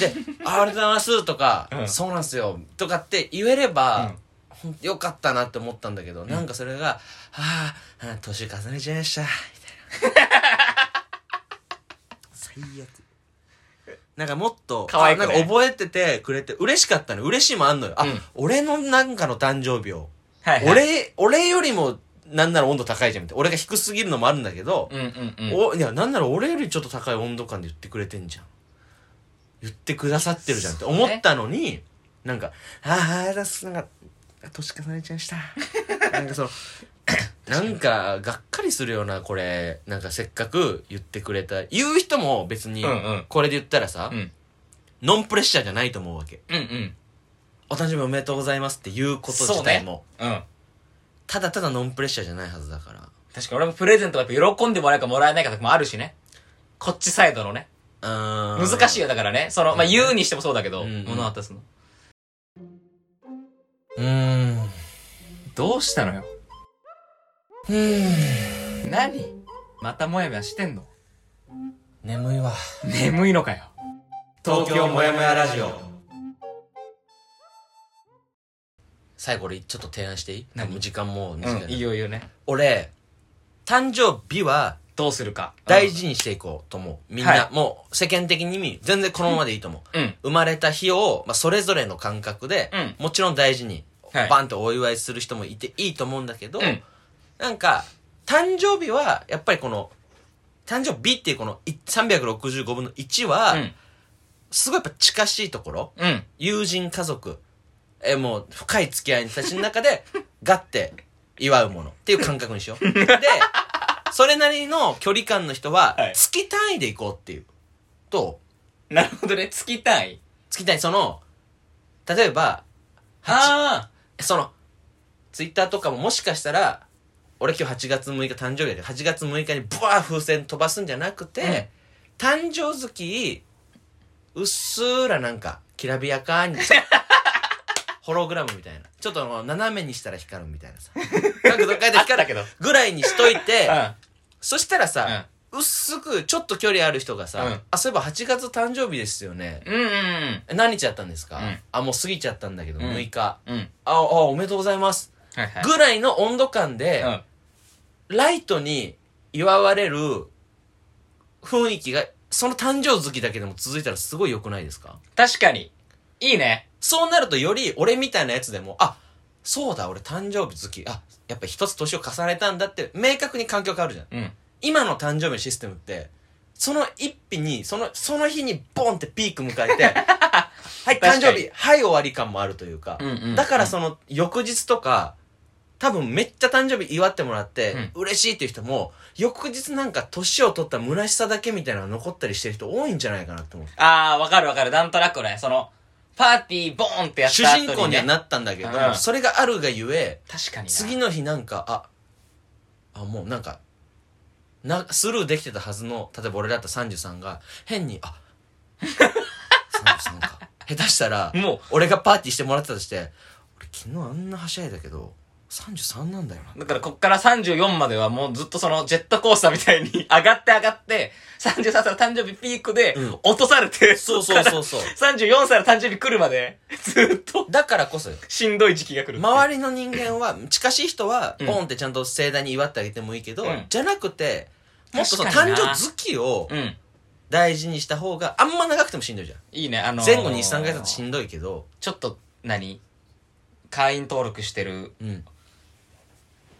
Speaker 1: で「あありがとうございます」とか「
Speaker 2: うん
Speaker 1: そうなんすよ」とかって言えれば
Speaker 2: うん、
Speaker 1: ほんとよかったなって思ったんだけど、なんかそれが「あーあー年重ねちゃいました」みたい な最悪なんかもっと
Speaker 2: 可愛くね
Speaker 1: あなんか覚えててくれて嬉しかったの嬉しいもあんのよあ、
Speaker 2: うん
Speaker 1: 俺のなんかの誕生日を
Speaker 2: はいはい、
Speaker 1: 俺俺よりもなんなら温度高いじゃんみたいな俺が低すぎるのもあるんだけど、
Speaker 2: うんうんうん
Speaker 1: おいやなんなら俺よりちょっと高い温度感で言ってくれてんじゃん言ってくださってるじゃんって
Speaker 2: そうね
Speaker 1: 思ったのに、なんか「ああだすなんか年重ねちゃいました」なん かそのなんかがっかりするようなこれなんかせっかく言ってくれた言う人も別に
Speaker 2: うんうん
Speaker 1: これで言ったらさ、
Speaker 2: うん
Speaker 1: ノンプレッシャーじゃないと思うわけ
Speaker 2: うんうん
Speaker 1: 「お誕生日おめでとうございます」っていうこと自体も、
Speaker 2: そうねうん
Speaker 1: ただただノンプレッシャーじゃないはずだから
Speaker 2: 確かに俺もプレゼントがやっぱ喜んでもらえるかもらえないかとかもあるしねこっちサイドのね
Speaker 1: うーん
Speaker 2: 難しいよだからねその、まあ、言うにしてもそうだけど、
Speaker 1: うんうん
Speaker 2: 物渡すの
Speaker 1: うーんう
Speaker 2: どうしたのよ
Speaker 1: ーん
Speaker 2: 何またもやもやしてんの
Speaker 1: 眠いわ
Speaker 2: 眠いのかよ
Speaker 1: 東京もやもやラジオ最後俺ちょっと提案していい
Speaker 2: 何
Speaker 1: もう時間もう短いな、
Speaker 2: うんいいよいいよね
Speaker 1: 俺誕生日は
Speaker 2: どうするか
Speaker 1: 大事にしていこうと思うみんな、
Speaker 2: は
Speaker 1: もう世間的に見全然このままでいいと思う
Speaker 2: うん
Speaker 1: 生まれた日を、まあ、それぞれの感覚で、もちろん大事に、
Speaker 2: はい
Speaker 1: バンとお祝いする人もいていいと思うんだけど、
Speaker 2: うん
Speaker 1: なんか誕生日はやっぱりこの誕生日っていうこのい365分の1は、
Speaker 2: うん
Speaker 1: すごいやっぱ近しいところ、
Speaker 2: うん
Speaker 1: 友人家族えもう深い付き合いたちの中でガッて祝うものっていう感覚にしようでそれなりの距離感の人は
Speaker 2: はい
Speaker 1: 月単位で行こうっていうと
Speaker 2: なるほどね月単位
Speaker 1: 月単位その例えば
Speaker 2: あ
Speaker 1: そのツイッターとかももしかしたら俺今日8月6日誕生日だけど8月6日にブワー風船飛ばすんじゃなくて、誕生月うっすらなんかきらびやかに ホログラムみたいなちょっとあの斜めにしたら光るみたいなさ 角度変えて
Speaker 2: あった
Speaker 1: 光
Speaker 2: け
Speaker 1: る
Speaker 2: ど
Speaker 1: ぐらいにしといて
Speaker 2: あ
Speaker 1: そしたらさ、薄くちょっと距離ある人がさ、
Speaker 2: うん
Speaker 1: あそういえば8月誕生日ですよね
Speaker 2: うんうんうん
Speaker 1: え何日だったんですか、
Speaker 2: うん
Speaker 1: あもう過ぎちゃったんだけど、
Speaker 2: うん
Speaker 1: 6日
Speaker 2: うん
Speaker 1: ああおめでとうございます
Speaker 2: はいはい
Speaker 1: ぐらいの温度感で、
Speaker 2: うん
Speaker 1: ライトに祝われる雰囲気が、その誕生月だけでも続いたらすごい良くないですか
Speaker 2: 確かにいいね
Speaker 1: そうなるとより俺みたいなやつでも、あ、そうだ、俺誕生日月、あ、やっぱ一つ年を重ねたんだって明確に環境変わるじゃん。
Speaker 2: うん
Speaker 1: 今の誕生日のシステムって、その一日に、その、その日にボンってピーク迎え て、はい、誕生
Speaker 2: 確か
Speaker 1: 日、はい、終わり感もあるというか、
Speaker 2: うんうん
Speaker 1: だからその翌日とか、多分めっちゃ誕生日祝ってもらって、嬉しいっていう人も、翌日なんか年を取った虚しさだけみたいなのが残ったりしてる人多いんじゃないかなって思う。
Speaker 2: ああわかるわかるなんとなく俺そのパーティーボーンってやっ
Speaker 1: 主
Speaker 2: た後に、ね、
Speaker 1: 人公にはなったんだけど、
Speaker 2: うん
Speaker 1: それがあるがゆえ、
Speaker 2: 確かにな
Speaker 1: 次の日なんか、あ、あ、もうなんか、な、スルーできてたはずの、例えば俺だったら33が、変に、あ、33か。下手したら、
Speaker 2: もう
Speaker 1: 俺がパーティーしてもらってたとして、俺昨日あんなはしゃいだけど、33なんだよな。
Speaker 2: だからこっから34まではもうずっとそのジェットコースターみたいに 上がって上がって、33歳の誕生日ピークで
Speaker 1: うん
Speaker 2: 落とされて、
Speaker 1: そうそうそうそう
Speaker 2: こっから34歳の誕生日来るまで、ずっと
Speaker 1: だからこそよ
Speaker 2: しんどい時期が来る。
Speaker 1: 周りの人間は近しい人は
Speaker 2: うん
Speaker 1: ポンってちゃんと盛大に祝ってあげてもいいけど、
Speaker 2: うん
Speaker 1: じゃなくてもっとその
Speaker 2: 確かに
Speaker 1: 誕
Speaker 2: な
Speaker 1: 生月を
Speaker 2: うん。
Speaker 1: 大事にした方があんま長くてもしんどいじゃん、
Speaker 2: いいね、あのー
Speaker 1: 前後23ヶ月しんどいけど、
Speaker 2: ちょっと何、会員登録してる、
Speaker 1: うん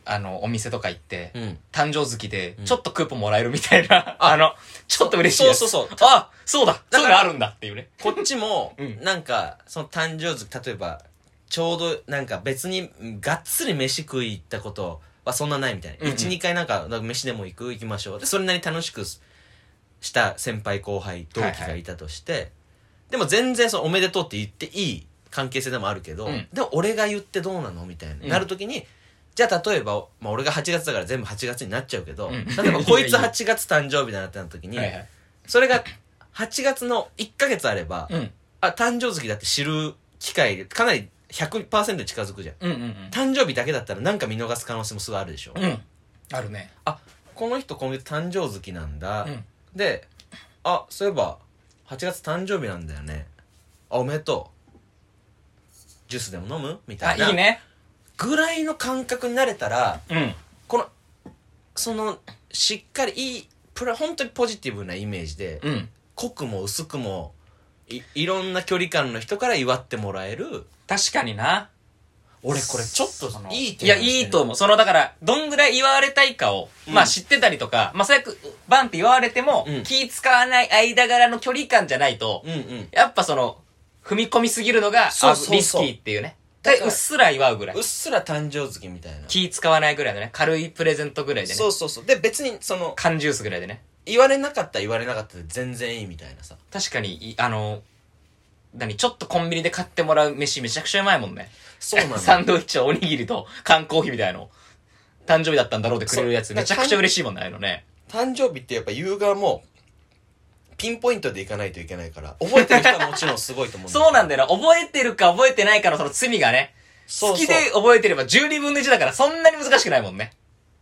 Speaker 2: あの、お店とか行って、
Speaker 1: うん、
Speaker 2: 誕生月で、ちょっとクーポンもらえるみたいな、 あの、ちょっと嬉しい
Speaker 1: そう
Speaker 2: やつ。
Speaker 1: そうそう
Speaker 2: あ、そうだ
Speaker 1: だから
Speaker 2: そういうのあるんだっていうね。
Speaker 1: こっちも
Speaker 2: うん
Speaker 1: なんかその誕生月例えばちょうどなんか別にがっつり飯食い行ったことはそんなないみたいな、
Speaker 2: うんうん
Speaker 1: 12回なんかなんか飯でも行く行きましょうでそれなりに楽しくした先輩後輩同期がいたとして、でも全然そのおめでとうって言っていい関係性でもあるけど、
Speaker 2: うん
Speaker 1: でも俺が言ってどうなのみたいな、
Speaker 2: うん
Speaker 1: なるときにじゃあ例えば、まあ、俺が8月だから全部8月になっちゃうけど、
Speaker 2: うん
Speaker 1: 例 えばこいつ8月誕生日だなってなった時に、
Speaker 2: はいはい。
Speaker 1: それが8月の1ヶ月あれば、
Speaker 2: うん。
Speaker 1: あ、誕生月だって知る機会で、かなり100%近づくじゃん。
Speaker 2: うんうん
Speaker 1: 誕生日だけだったらなんか見逃す可能性もすごいあるでしょ。
Speaker 2: うん。うん。あるね。
Speaker 1: あ、この人今月誕生月なんだ。
Speaker 2: うん。
Speaker 1: で、あ、そういえば、 8月誕生日なんだよねあおめでとうジュースでも飲むみた
Speaker 2: あ
Speaker 1: いない
Speaker 2: いね
Speaker 1: ぐらいの感覚になれたら
Speaker 2: うん
Speaker 1: このそのしっかりいいプラ本当にポジティブなイメージで、
Speaker 2: うん
Speaker 1: 濃くも薄くもいいろんな距離感の人から祝ってもらえる
Speaker 2: 確かにな
Speaker 1: 俺これちょっと
Speaker 2: その
Speaker 1: いい
Speaker 2: いやいいと思うそのだからどんぐらい祝われたいかを、
Speaker 1: うん
Speaker 2: まあ知ってたりとかまあ最悪バンって祝われても、
Speaker 1: うん
Speaker 2: 気使わない間柄の距離感じゃないと、
Speaker 1: うんうん
Speaker 2: やっぱその踏み込みすぎるのが
Speaker 1: そうそうそう
Speaker 2: あリスキーっていうね
Speaker 1: だ
Speaker 2: で
Speaker 1: から
Speaker 2: うっすら祝うぐらいう
Speaker 1: っすら誕生月みたいな
Speaker 2: 気使わないぐらいのね軽いプレゼントぐらいでね
Speaker 1: そうそうそうで別にその
Speaker 2: 缶ジュースぐらいでね
Speaker 1: 言われなかったら言われなかったで全然いいみたいなさ
Speaker 2: 確かにいあの何ちょっとコンビニで買ってもらう飯めちゃくちゃうまいもんね
Speaker 1: そうなん
Speaker 2: サ
Speaker 1: だ
Speaker 2: ンドイッチおにぎりと缶コーヒーみたいの誕生日だったんだろうってくれるや
Speaker 1: そ
Speaker 2: つ
Speaker 1: うだ
Speaker 2: めちゃくちゃ嬉しいもんねああいうのね
Speaker 1: 誕生日ってやっぱ言う側もピンポイントでいかないといけないから覚えてる人はもちろんすごいと思うん
Speaker 2: そうなん
Speaker 1: だ
Speaker 2: だよな覚えてるか覚えてないかのその罪がね
Speaker 1: そうそう
Speaker 2: 好きで覚えてれば12分の1だからそんなに難しくないもんね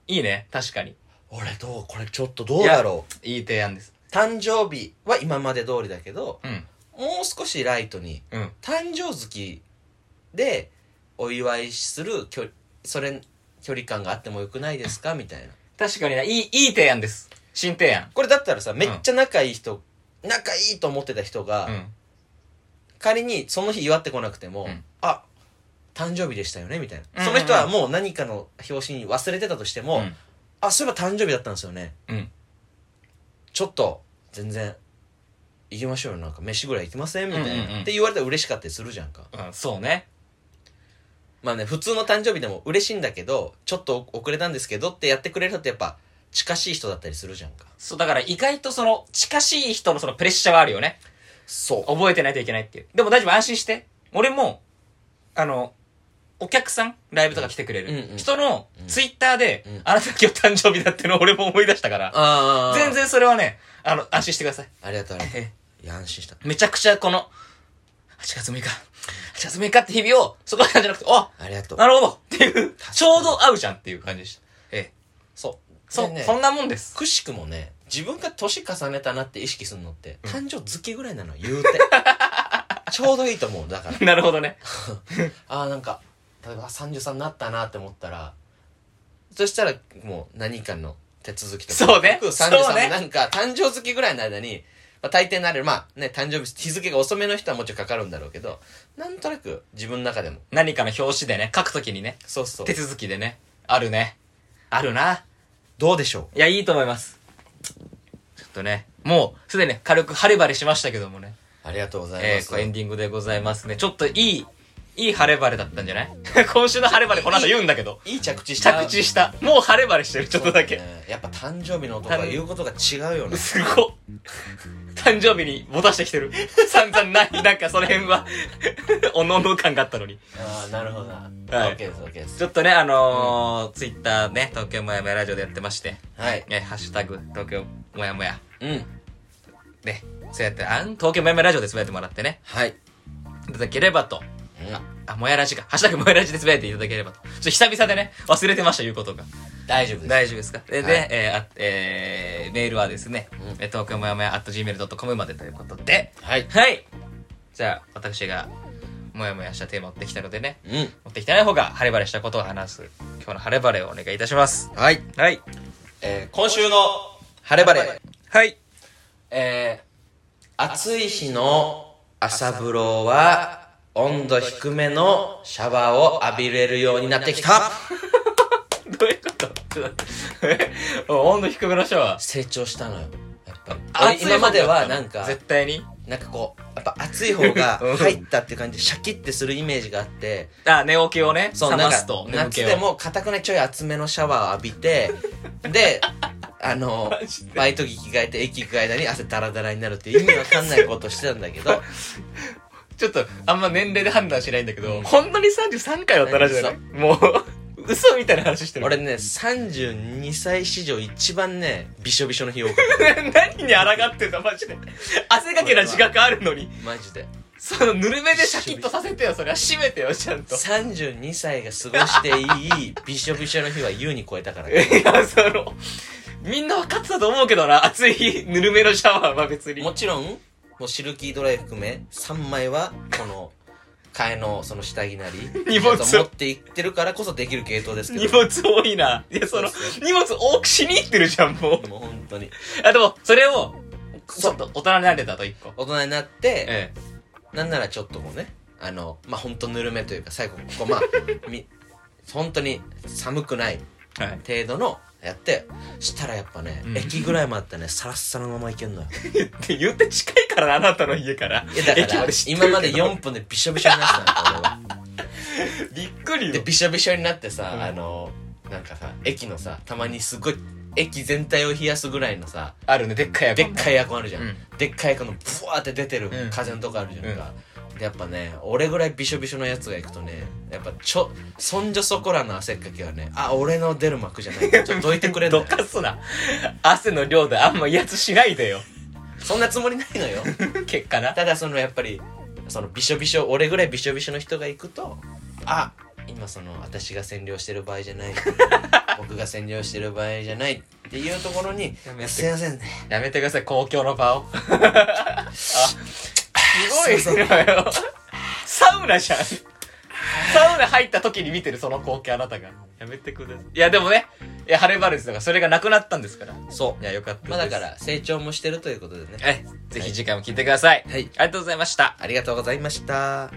Speaker 2: いいね確かに
Speaker 1: 俺どうこれちょっとどうだろう
Speaker 2: いい提案です
Speaker 1: 誕生日は今まで通りだけど
Speaker 2: うん
Speaker 1: もう少しライトに
Speaker 2: うん
Speaker 1: 誕生月でお祝いする距離それ距離感があってもよくないですかみたいな
Speaker 2: 確かにないいいい提案です新提案
Speaker 1: これだったらさめっちゃ仲いい人、仲いいと思ってた人が、
Speaker 2: うん
Speaker 1: 仮にその日祝ってこなくても、
Speaker 2: うん
Speaker 1: あ誕生日でしたよねみたいな、
Speaker 2: うんうん
Speaker 1: その人はもう何かの表紙に忘れてたとしても、
Speaker 2: うん
Speaker 1: あそういえば誕生日だったんですよね
Speaker 2: うん
Speaker 1: ちょっと全然行きましょうよなんか飯ぐらい行きませんみたいな、
Speaker 2: うんうんうん
Speaker 1: って言われたら嬉しかったりするじゃんか
Speaker 2: うんそうね
Speaker 1: まあね普通の誕生日でも嬉しいんだけどちょっと遅れたんですけどってやってくれる人ってやっぱ近しい人だったりするじゃんか
Speaker 2: そう、だから意外とその、近しい人のそのプレッシャーはあるよね。
Speaker 1: そう
Speaker 2: 覚えてないといけないっていう。でも大丈夫、安心して。俺も、あの、お客さんライブとか来てくれる、
Speaker 1: うんうん
Speaker 2: 人の
Speaker 1: うん
Speaker 2: ツイッターで、
Speaker 1: うん
Speaker 2: あなた今日誕生日だってのを俺も思い出したから、
Speaker 1: あ
Speaker 2: 全
Speaker 1: 全然
Speaker 2: 然それはね、あの、安心してください。
Speaker 1: ありがとうありがと
Speaker 2: え
Speaker 1: ういや安心した
Speaker 2: えめちゃくちゃこの、8月6日、8月6日って日々を、そこなんじゃなくて、あ
Speaker 1: ありがとう
Speaker 2: なるほどっていう、ちょうど合うじゃんっていう感じでした。ええ。
Speaker 1: そう
Speaker 2: そ、
Speaker 1: でね
Speaker 2: そんなもんです。
Speaker 1: くしくもね自分が年重ねたなって意識するのって、
Speaker 2: うん
Speaker 1: 誕生月ぐらいなの言うて ちょうどいいと思うだから
Speaker 2: なるほどね。
Speaker 1: ああなんか例えば33になったなって思ったらそしたらもう何かの手続きとか
Speaker 2: そうね
Speaker 1: 僕
Speaker 2: そう
Speaker 1: 33
Speaker 2: ね
Speaker 1: なんか誕生月ぐらいの間に、まあ、大抵なれるまあね誕生日日付が遅めの人はもちろんかかるんだろうけどなんとなく自分の中でも
Speaker 2: 何かの表紙でね、書くときにね。
Speaker 1: そうそう
Speaker 2: 手続きでね。あるね。あるな。
Speaker 1: どうでしょう
Speaker 2: いや、いいと思います。ちょっとね、もうすでにね軽く晴れ晴れしましたけどもね。
Speaker 1: ありがとうござい
Speaker 2: え
Speaker 1: ま
Speaker 2: ー、
Speaker 1: す、
Speaker 2: これエンディングでございますね。ちょっといい、いい晴れ晴れだったんじゃない 今週の晴れ晴れこの後言うんだけど。
Speaker 1: いい着地した
Speaker 2: 着地した。もう晴れ晴れしてる、ちょっとだけ
Speaker 1: そ。うねやっぱ誕生日の男は言うことが違うよね
Speaker 2: すごっ。誕生日にもたしてきてる。散々ない、なんかその辺は、 おのおの感があったのに。
Speaker 1: ああなるほどな、
Speaker 2: は
Speaker 1: OK
Speaker 2: い
Speaker 1: です OK です
Speaker 2: ちょっとね、あのー、ツイッターね、東京もやもやラジオでやってまして、
Speaker 1: はい
Speaker 2: え、ハッシュタグ、東京もやもや。
Speaker 1: うん
Speaker 2: ね、そうやって、あん、東京もやもやラジオでつぶやいてもらってね、
Speaker 1: はい、
Speaker 2: いただければと。
Speaker 1: うん
Speaker 2: あ、もやらじか。ハッシュタグもやらじでつぶやいていただければと。ちょっと久々でね、忘れてました、言うことが。
Speaker 1: 大丈夫です
Speaker 2: 大丈夫ですかで、で
Speaker 1: はい
Speaker 2: えーあえーメールはですね、えー東京もやもや at gmail.com までということで、
Speaker 1: はい
Speaker 2: はいじゃあ、私が、もやもやしたテーマを持ってきたのでね、
Speaker 1: うん
Speaker 2: 持ってきてない方が、晴れ晴れしたことを話す、今日の晴れ晴れをお願いいたします。
Speaker 1: はい
Speaker 2: はい。
Speaker 1: えー今週の晴れ晴れ、
Speaker 2: はい。
Speaker 1: えー暑い日の朝風呂は温度低めのシャワーを浴びれるようになってきた
Speaker 2: どういうことちょっと え温度低めのシャワー。
Speaker 1: 成長したのよやっぱり俺今まではなんか
Speaker 2: 絶対に。
Speaker 1: なんかこうやっぱ暑い方が
Speaker 2: うん
Speaker 1: 入ったっていう感じでシャキッてするイメージがあって
Speaker 2: あ、寝起きをね、
Speaker 1: そう
Speaker 2: 冷
Speaker 1: なん
Speaker 2: ま
Speaker 1: か
Speaker 2: すと。眠気
Speaker 1: 夏
Speaker 2: を
Speaker 1: でもかたくないちょい厚めのシャワーを浴び てであの
Speaker 2: マジで
Speaker 1: バイト着着替えて駅行く間に汗ダラダラになるっていう意味わかんないことしてたんだけ ど
Speaker 2: ちょっと、あんま年齢で判断しないんだけど、ほんのに33回だったらじゃない
Speaker 1: 嘘
Speaker 2: もう、嘘みたいな話してる。
Speaker 1: 俺、ね32歳史上一番ねびしょびしょの日多かっ
Speaker 2: 何に抗ってんだ、マジで。 汗かけな自覚あるのに。
Speaker 1: たマジで
Speaker 2: その、ぬるめでシャキッとさせてよ、それは。締めてよ、ちゃんと。
Speaker 1: 32歳が過ごしていいびしょびしょの日は優に超えたから
Speaker 2: いや、その、みんな分かってたと思うけどな、暑い日、ぬるめのシャワーは別に。
Speaker 1: もちろんもうシルキードライ含め3枚はこの替えのその下着なり
Speaker 2: 荷物
Speaker 1: や
Speaker 2: を
Speaker 1: つを持っていってるからこそできる系統ですけ
Speaker 2: 荷
Speaker 1: ど
Speaker 2: 物多いな。いや、その
Speaker 1: そうです、
Speaker 2: 荷物多くしに行ってるじゃん、もう。
Speaker 1: もう本当に
Speaker 2: あ、でも、それを、ち
Speaker 1: そ
Speaker 2: ょっと大人になれたと一個。
Speaker 1: 大人になって
Speaker 2: え
Speaker 1: なんならちょっともうねあのまあ本当ぬるめというか最後ここま あみ本当に寒くない
Speaker 2: え。はい。
Speaker 1: 程度のやってしたらやっぱね、
Speaker 2: うん
Speaker 1: 駅ぐらいまであったらねサラッサラのまま行けんのよ
Speaker 2: って言って近いからな、あなたの家から。
Speaker 1: いやだ
Speaker 2: 駅
Speaker 1: か
Speaker 2: ま
Speaker 1: ら
Speaker 2: で知ってるけど
Speaker 1: 今まで4分でびしょびしょになってたのよ 俺は
Speaker 2: びっくり
Speaker 1: で
Speaker 2: よ。
Speaker 1: びしょびしょになってさ、
Speaker 2: うん
Speaker 1: あのなんかさ駅のさたまにすごい駅全体を冷やすぐらいのさ
Speaker 2: あるね、でっかいや
Speaker 1: でっかいエアコンあるじゃん、
Speaker 2: うん
Speaker 1: でっかいエアコンのブワーって出てる
Speaker 2: うん
Speaker 1: 風のとこあるじゃんか、でやっぱね俺ぐらいびしょびしょのやつが行くとねやっぱちょそんじょそこらの汗っかきはねあ俺の出る幕じゃ ないからちょっとどいてくれんだ
Speaker 2: ど
Speaker 1: よ
Speaker 2: かすな。汗の量であんま威圧しないで よ。
Speaker 1: そんなつもりないの よ
Speaker 2: 結果な。
Speaker 1: ただそのやっぱりそのびしょびしょ俺ぐらいびしょびしょの人が行くとあ今その私が占領してる場合じゃ ない僕が占領してる場合じゃないっていうところに
Speaker 2: やめて
Speaker 1: すいませんね
Speaker 2: やめてください、公共の場を。あ、す
Speaker 1: そう
Speaker 2: ごい
Speaker 1: そ
Speaker 2: よ
Speaker 1: う。
Speaker 2: サウナじゃん。サウナ入った時に見てるその光景あなたが。やめてください。いや、でもね、いや、晴れ晴れですだから、それがなくなったんですから。い
Speaker 1: そう
Speaker 2: や、よかったです。
Speaker 1: まあだか。ら成長もしてるということでね
Speaker 2: え、ぜひ次回も聞いてください。
Speaker 1: はい
Speaker 2: ありがとうございました。
Speaker 1: ありがとうございました